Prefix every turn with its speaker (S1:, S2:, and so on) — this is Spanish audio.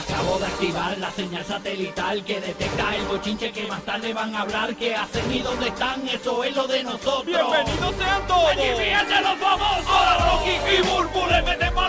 S1: Acabo de activar la señal satelital que detecta el bochinche que más tarde van a hablar. ¿Qué hacen y dónde están? Eso es lo de nosotros.
S2: ¡Bienvenidos sean todos!
S1: ¡Aquí fíjense los famosos! Rocky y Burbu le meten mano